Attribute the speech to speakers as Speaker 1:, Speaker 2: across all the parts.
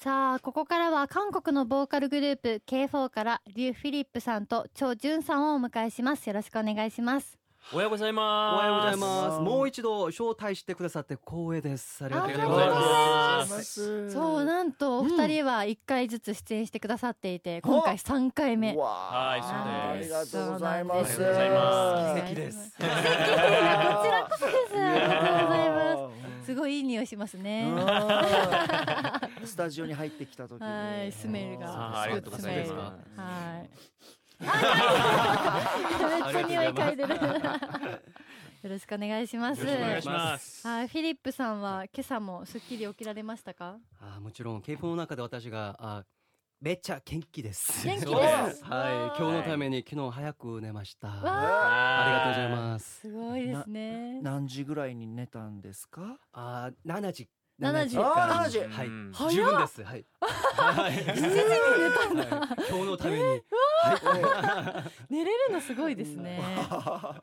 Speaker 1: さあ、ここからは韓国のボーカルグループ K4 からリュウ・フィリップさんとチョ・ジュンさんをお迎えします。よろしくお願いします。
Speaker 2: おはようござい
Speaker 3: お
Speaker 2: ます。
Speaker 3: はようございます。もう一度招待してくださって光栄です。ありがとうござ
Speaker 2: あ
Speaker 3: い
Speaker 2: りがとうございま
Speaker 3: ま。
Speaker 2: す
Speaker 4: す
Speaker 1: そう、
Speaker 4: ん
Speaker 1: なんとお二人は1回ずつ出演してくださっていて、今回3回目。
Speaker 4: は
Speaker 2: はいそうです
Speaker 4: ありがとうございます。
Speaker 2: そうなん
Speaker 3: ですありがとうございます奇跡です
Speaker 1: 奇跡ですね。こちらこそです。ありがとうございますす。すごいいい匂いしますね。
Speaker 4: うんスタジオに入ってきた時に
Speaker 1: はいスメルが
Speaker 2: あーありがとうございます
Speaker 4: スメルが
Speaker 1: はい。
Speaker 2: あ
Speaker 1: めっちゃ
Speaker 2: りがとうござ
Speaker 1: 匂
Speaker 2: い
Speaker 1: い
Speaker 2: ま
Speaker 1: 嗅いでる。 よろしくお願いします。
Speaker 2: よろしくお願いします。
Speaker 1: はい、フィリップさんは今朝もすっきり起きられましたか？
Speaker 3: あーもちろん K4 の中で私があめっちゃ元気です。
Speaker 1: 元気です
Speaker 3: そ
Speaker 1: わ
Speaker 3: うは
Speaker 1: ー
Speaker 3: い、今日のために昨日早く寝ました。あ
Speaker 1: わあ、
Speaker 3: りがとうございます。
Speaker 1: すごいですね。
Speaker 4: 何時ぐらいに寝たんですか？
Speaker 3: あー七時。
Speaker 1: 7時
Speaker 3: 間
Speaker 4: あー7時
Speaker 3: はい
Speaker 2: うん。
Speaker 1: 早っ
Speaker 3: 十分です。はい。はい。7時に寝たんだ。今日のために。
Speaker 1: 寝れるのすごいですね。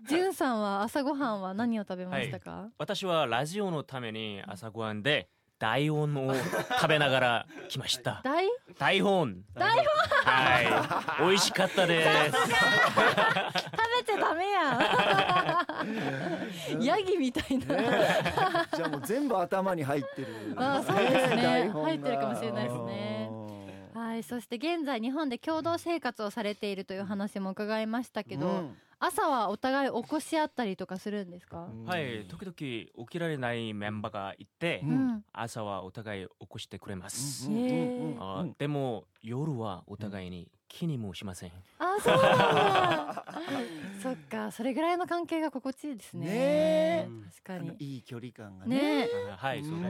Speaker 1: じゅんさんは朝ごはんは何を食べましたか？
Speaker 2: 私はラジオのために朝ごはんで大音を食べながら来ました。
Speaker 1: 大
Speaker 2: 大本。
Speaker 1: 大本
Speaker 2: はい。美味しかったです。
Speaker 1: 食べちゃダメやん。ヤギみたいな。
Speaker 4: じゃあもう全部頭に入ってる。
Speaker 1: あーそうですね
Speaker 4: 台本が
Speaker 1: 入ってるかもしれないですね。はい、そして現在日本で共同生活をされているという話も伺いましたけど、朝はお互い起こし合ったりとかするんですか
Speaker 4: う？ん
Speaker 2: はい。時々起きられないメンバーがいて
Speaker 4: う
Speaker 1: う、ん。
Speaker 2: 朝はお互い起こしてくれます。
Speaker 4: うんうんうんうん
Speaker 2: あーでも夜はお互いに気にもしません。
Speaker 1: あ、そうなんだ。 そっか、それぐらいの関係が心地いいですね。
Speaker 4: ねえ
Speaker 1: 確かに。
Speaker 4: いい距離感がね。
Speaker 1: ねえ、
Speaker 2: あーはい、そうです。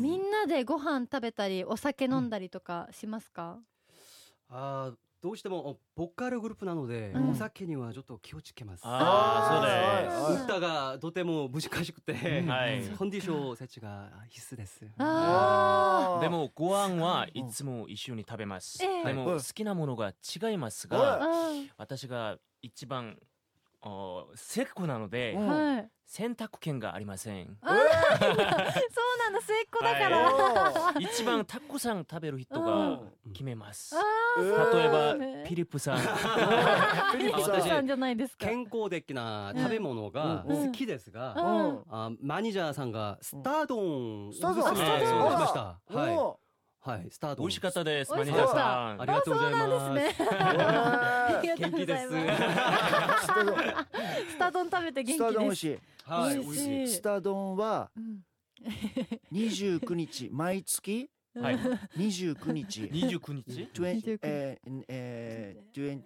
Speaker 1: みんなでご飯食べたりお酒飲んだりとかしますか？
Speaker 3: あーどうしてもおボーカルグループなので、
Speaker 1: うん
Speaker 3: お酒にはちょっと気をつけます。
Speaker 2: あ
Speaker 4: あ
Speaker 2: あ、そう
Speaker 4: ーそう
Speaker 2: で。
Speaker 4: です
Speaker 3: 歌がとても難しくて、
Speaker 2: はい
Speaker 3: コンディション設置が必須です。
Speaker 1: あ
Speaker 2: でもご飯はいつも一緒に食べます。
Speaker 1: ええ
Speaker 2: でも
Speaker 4: はい
Speaker 2: 好きなものが違います
Speaker 1: あ、
Speaker 2: が、
Speaker 1: うん
Speaker 2: 私が一番おせっ子なので
Speaker 4: うん
Speaker 1: はい。
Speaker 2: 選択権がありません。
Speaker 1: そうなんだ、末っ子だから。
Speaker 2: はい
Speaker 4: あ
Speaker 2: 一番たくさん食べる人
Speaker 1: う
Speaker 2: が
Speaker 4: ん
Speaker 2: 決めます。
Speaker 4: ー
Speaker 2: 例えば
Speaker 1: そうね
Speaker 2: ピリップ さん。
Speaker 4: フィリップ
Speaker 1: お父
Speaker 3: 私
Speaker 4: さ
Speaker 1: さ
Speaker 4: ん
Speaker 1: んじゃないですか。
Speaker 3: 健康的な食べ物が
Speaker 4: うん
Speaker 3: 好きですが、
Speaker 1: うん
Speaker 4: うん
Speaker 3: あマネージャーさんがスター丼をおすすめ
Speaker 4: スター丼
Speaker 3: してくれました。
Speaker 4: おー
Speaker 3: はい、はい、スター丼。
Speaker 2: 美味しかったです。
Speaker 1: 美
Speaker 2: マ
Speaker 1: 味
Speaker 2: ネ
Speaker 1: し
Speaker 2: ー
Speaker 1: かっ
Speaker 2: ジャー
Speaker 1: た
Speaker 2: さん。
Speaker 3: ありがとうございます。
Speaker 1: そうなんですね。
Speaker 4: えー
Speaker 1: ありがとうございます
Speaker 3: 元気です。
Speaker 4: スタ丼
Speaker 1: スタ丼食べて
Speaker 4: スタ
Speaker 1: 元気
Speaker 4: 丼美
Speaker 1: で
Speaker 4: 味
Speaker 1: す。
Speaker 4: しい。
Speaker 3: は
Speaker 1: 美
Speaker 3: い、美
Speaker 1: 味
Speaker 3: 味
Speaker 1: しい
Speaker 3: しい。
Speaker 4: スタ丼は
Speaker 1: うん
Speaker 4: 二十九日毎月
Speaker 2: はい。
Speaker 4: 二十九日。
Speaker 2: 二十九日？
Speaker 4: 20
Speaker 1: 29
Speaker 4: えーえー、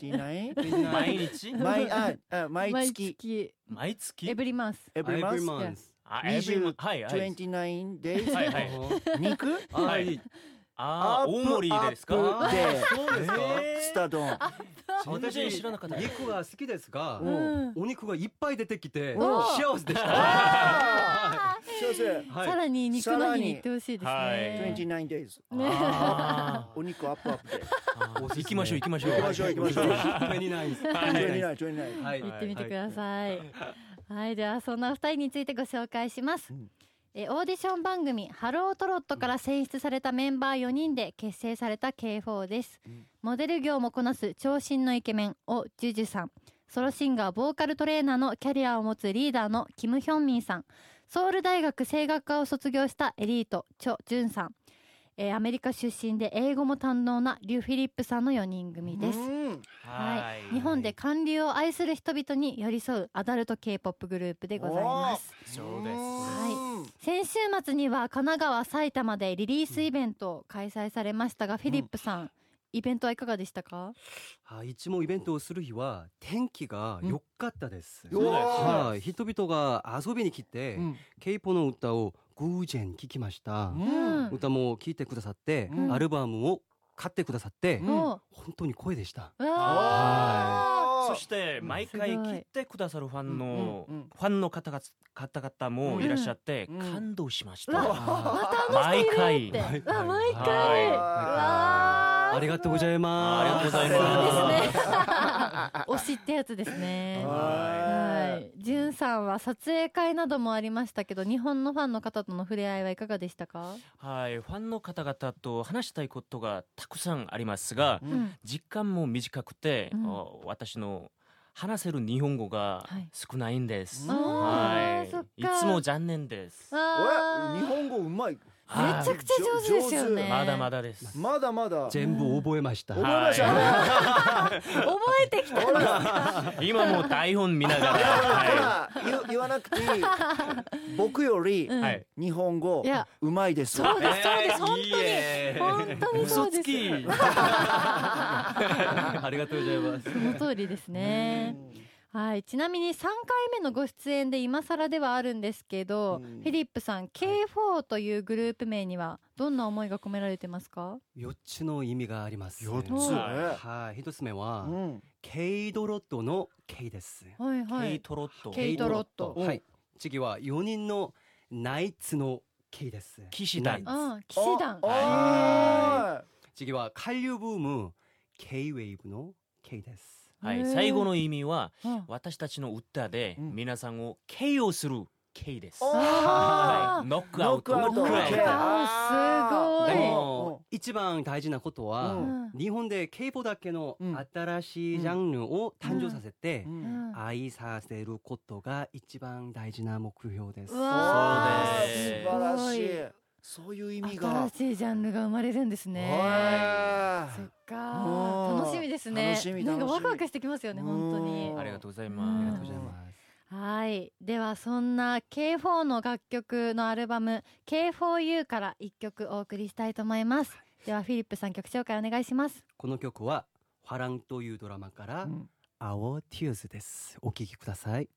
Speaker 4: 29?
Speaker 2: 毎日？
Speaker 4: 毎ああ毎
Speaker 1: 毎
Speaker 4: 月
Speaker 1: 月
Speaker 2: 毎
Speaker 1: エ
Speaker 2: 月？
Speaker 1: ブリマンス。
Speaker 4: every month
Speaker 3: マンス。
Speaker 2: あ
Speaker 4: 20
Speaker 2: はいはい。
Speaker 4: 29
Speaker 2: は
Speaker 4: days
Speaker 2: いはい。
Speaker 4: 肉
Speaker 2: は
Speaker 3: はいい。
Speaker 2: ああ、大盛りです
Speaker 4: アッ
Speaker 2: か
Speaker 4: プ？で
Speaker 3: そうですか。
Speaker 4: スタ丼
Speaker 2: 全然知らなかった
Speaker 3: 肉が好きですが、
Speaker 4: うん
Speaker 3: お肉がいっぱい出てきて
Speaker 4: お
Speaker 3: 幸せでした。
Speaker 4: あ幸せ
Speaker 3: はい
Speaker 1: さらに肉の日に行ってほしいです
Speaker 2: はい
Speaker 1: ね。
Speaker 4: 29 days
Speaker 2: あ
Speaker 4: お肉アップアップで
Speaker 2: ー行きましょう行きましょう
Speaker 4: 行きましょう行きましょう
Speaker 3: ベニナイス。
Speaker 4: 29 29
Speaker 3: はい
Speaker 1: 行ってみてくだ
Speaker 3: い。
Speaker 1: さい。はい、ではそんなお二人についてご紹介します
Speaker 4: うん。
Speaker 1: えオーディション番組「ハロートロット」から選出されたメンバー4人で結成された K4 です、
Speaker 4: うん
Speaker 1: モデル業もこなす長身のイケメンをジュジュさんソロシンガーボーカルトレーナーのキャリアを持つリーダーのキム・ヒョンミンさんソウル大学声楽科を卒業したエリートチョ・ジュンさん、えーアメリカ出身で英語も堪能なリュ・フィリップさんの4人組です
Speaker 4: うん
Speaker 1: はい、日本で韓流を愛する人々に寄り添うアダルト K-POP グループでございます
Speaker 2: そうです
Speaker 1: は先週末には神奈川埼玉でリリースイベントを開催されましたが、フィリップさんイベントはいかがでしたか
Speaker 3: あいつもイベントをする日は天気が良かったです。
Speaker 4: うわ
Speaker 3: はい、人々が遊びに来て、ケイポの歌を偶然聴きました。
Speaker 1: ん
Speaker 3: 歌も聴いてくださって、
Speaker 4: うん
Speaker 3: アルバムを買ってくださって、
Speaker 4: うん
Speaker 1: おう
Speaker 3: 本当に声でした。
Speaker 1: わ
Speaker 2: そして毎回
Speaker 1: すごい
Speaker 2: 来てくださるファンの
Speaker 4: うんうんうん
Speaker 2: ファンの方々方々もいらっしゃって
Speaker 4: うん
Speaker 2: 感動しまし
Speaker 1: うわ
Speaker 2: た
Speaker 3: あ
Speaker 1: ーまたあの人いるって
Speaker 2: 毎
Speaker 1: うわ毎回
Speaker 2: は
Speaker 1: うわ
Speaker 3: ありがとうございま
Speaker 2: あり
Speaker 3: す。
Speaker 2: がとうござい
Speaker 1: そう
Speaker 2: ます
Speaker 1: ですね。推しってやつですね。は、
Speaker 4: はい
Speaker 1: じゅんさんは撮影会などもありましたけど、日本のファンの方との触れ合いはいかがでしたか。
Speaker 2: はい、ファンの方々と話したいことがたくさんありますが
Speaker 4: う
Speaker 1: うんん、
Speaker 2: 時間も短くて、
Speaker 1: うん
Speaker 2: お私の話せる日本語が
Speaker 1: はい
Speaker 2: 少ないんです。
Speaker 4: うん
Speaker 1: あーそっ
Speaker 2: い
Speaker 1: か。
Speaker 2: つも残念です。
Speaker 1: あ
Speaker 4: お
Speaker 1: ー
Speaker 4: や日本語うまい。
Speaker 1: めちゃくちゃ上手ですよね。
Speaker 2: まだまだです。
Speaker 4: まだまだ。
Speaker 3: 全部覚えました。
Speaker 4: 覚えましたね。
Speaker 1: 覚えてきた。
Speaker 4: ほら
Speaker 2: 今もう台本見な がら、は
Speaker 4: だから言言わなくていい僕より
Speaker 1: うん
Speaker 2: はい
Speaker 4: 日本語
Speaker 1: いや
Speaker 4: うまいです
Speaker 1: そうですそうです
Speaker 2: えー
Speaker 1: 本当に
Speaker 2: いいえ
Speaker 1: 本当にそう
Speaker 2: 嘘
Speaker 1: です。
Speaker 2: つき。 ありがとうございます。
Speaker 1: その通りですね。はい、ちなみに3回目のご出演で今更ではあるんですけど、
Speaker 4: うん
Speaker 1: フィリップさん K4 というグループ名にはどんな思いが込められてますか、
Speaker 3: 四つの意味があります。
Speaker 4: 四つ
Speaker 1: お
Speaker 4: ね
Speaker 3: はい、一つ目
Speaker 4: う
Speaker 3: は、
Speaker 4: ん
Speaker 3: ケイドロットのケイです。
Speaker 1: はいは
Speaker 2: ケイ
Speaker 1: い、
Speaker 2: トロット。
Speaker 1: ケイトロット
Speaker 3: はい。次は四人のナイツのケイです。
Speaker 2: 騎士団
Speaker 3: ナイ
Speaker 1: うん、騎士
Speaker 3: ツ
Speaker 1: 団
Speaker 4: おお
Speaker 3: は
Speaker 4: ー
Speaker 3: 次は海流ブームケイウェイブのケイです。
Speaker 2: はい、
Speaker 1: へー
Speaker 2: 最後の意味は
Speaker 1: うん
Speaker 2: 私たちの歌で
Speaker 4: うん
Speaker 2: 皆さんを KO する K です。
Speaker 4: お
Speaker 1: あ
Speaker 2: はい、ノックア
Speaker 4: ノッ
Speaker 2: ウト。
Speaker 4: クアウト
Speaker 1: ノックアウトあー
Speaker 3: です
Speaker 1: ごい
Speaker 3: も一番大事なことは、
Speaker 4: う
Speaker 1: うん
Speaker 3: 日本で k p o だけの
Speaker 4: うん
Speaker 3: 新しいジャンルを誕生させて、
Speaker 4: う
Speaker 1: うんん
Speaker 3: 愛させることが一番大事な目標です。
Speaker 1: うわ
Speaker 2: そうです
Speaker 4: 素晴らしい
Speaker 1: すご
Speaker 4: そういう意味が
Speaker 1: 新しいジャンルが生まれるんですね。
Speaker 4: は
Speaker 1: そっ
Speaker 4: うん
Speaker 1: か、楽しみですね。
Speaker 4: 楽しみ
Speaker 1: なんか
Speaker 4: 楽し
Speaker 1: ワ
Speaker 4: み
Speaker 1: クワクしてきますよね、本当に
Speaker 4: うん。
Speaker 2: ありがとうござい
Speaker 3: あり
Speaker 2: ま
Speaker 3: が
Speaker 2: す
Speaker 3: とうございます。
Speaker 1: はいではそんな K4 の楽曲のアルバム K4U から一曲お送りしたいと思いますではフィリップさん曲紹介お願いします
Speaker 3: この曲は、ファランというドラマから、
Speaker 4: うん
Speaker 3: 青 Our Tears です。お聴きください。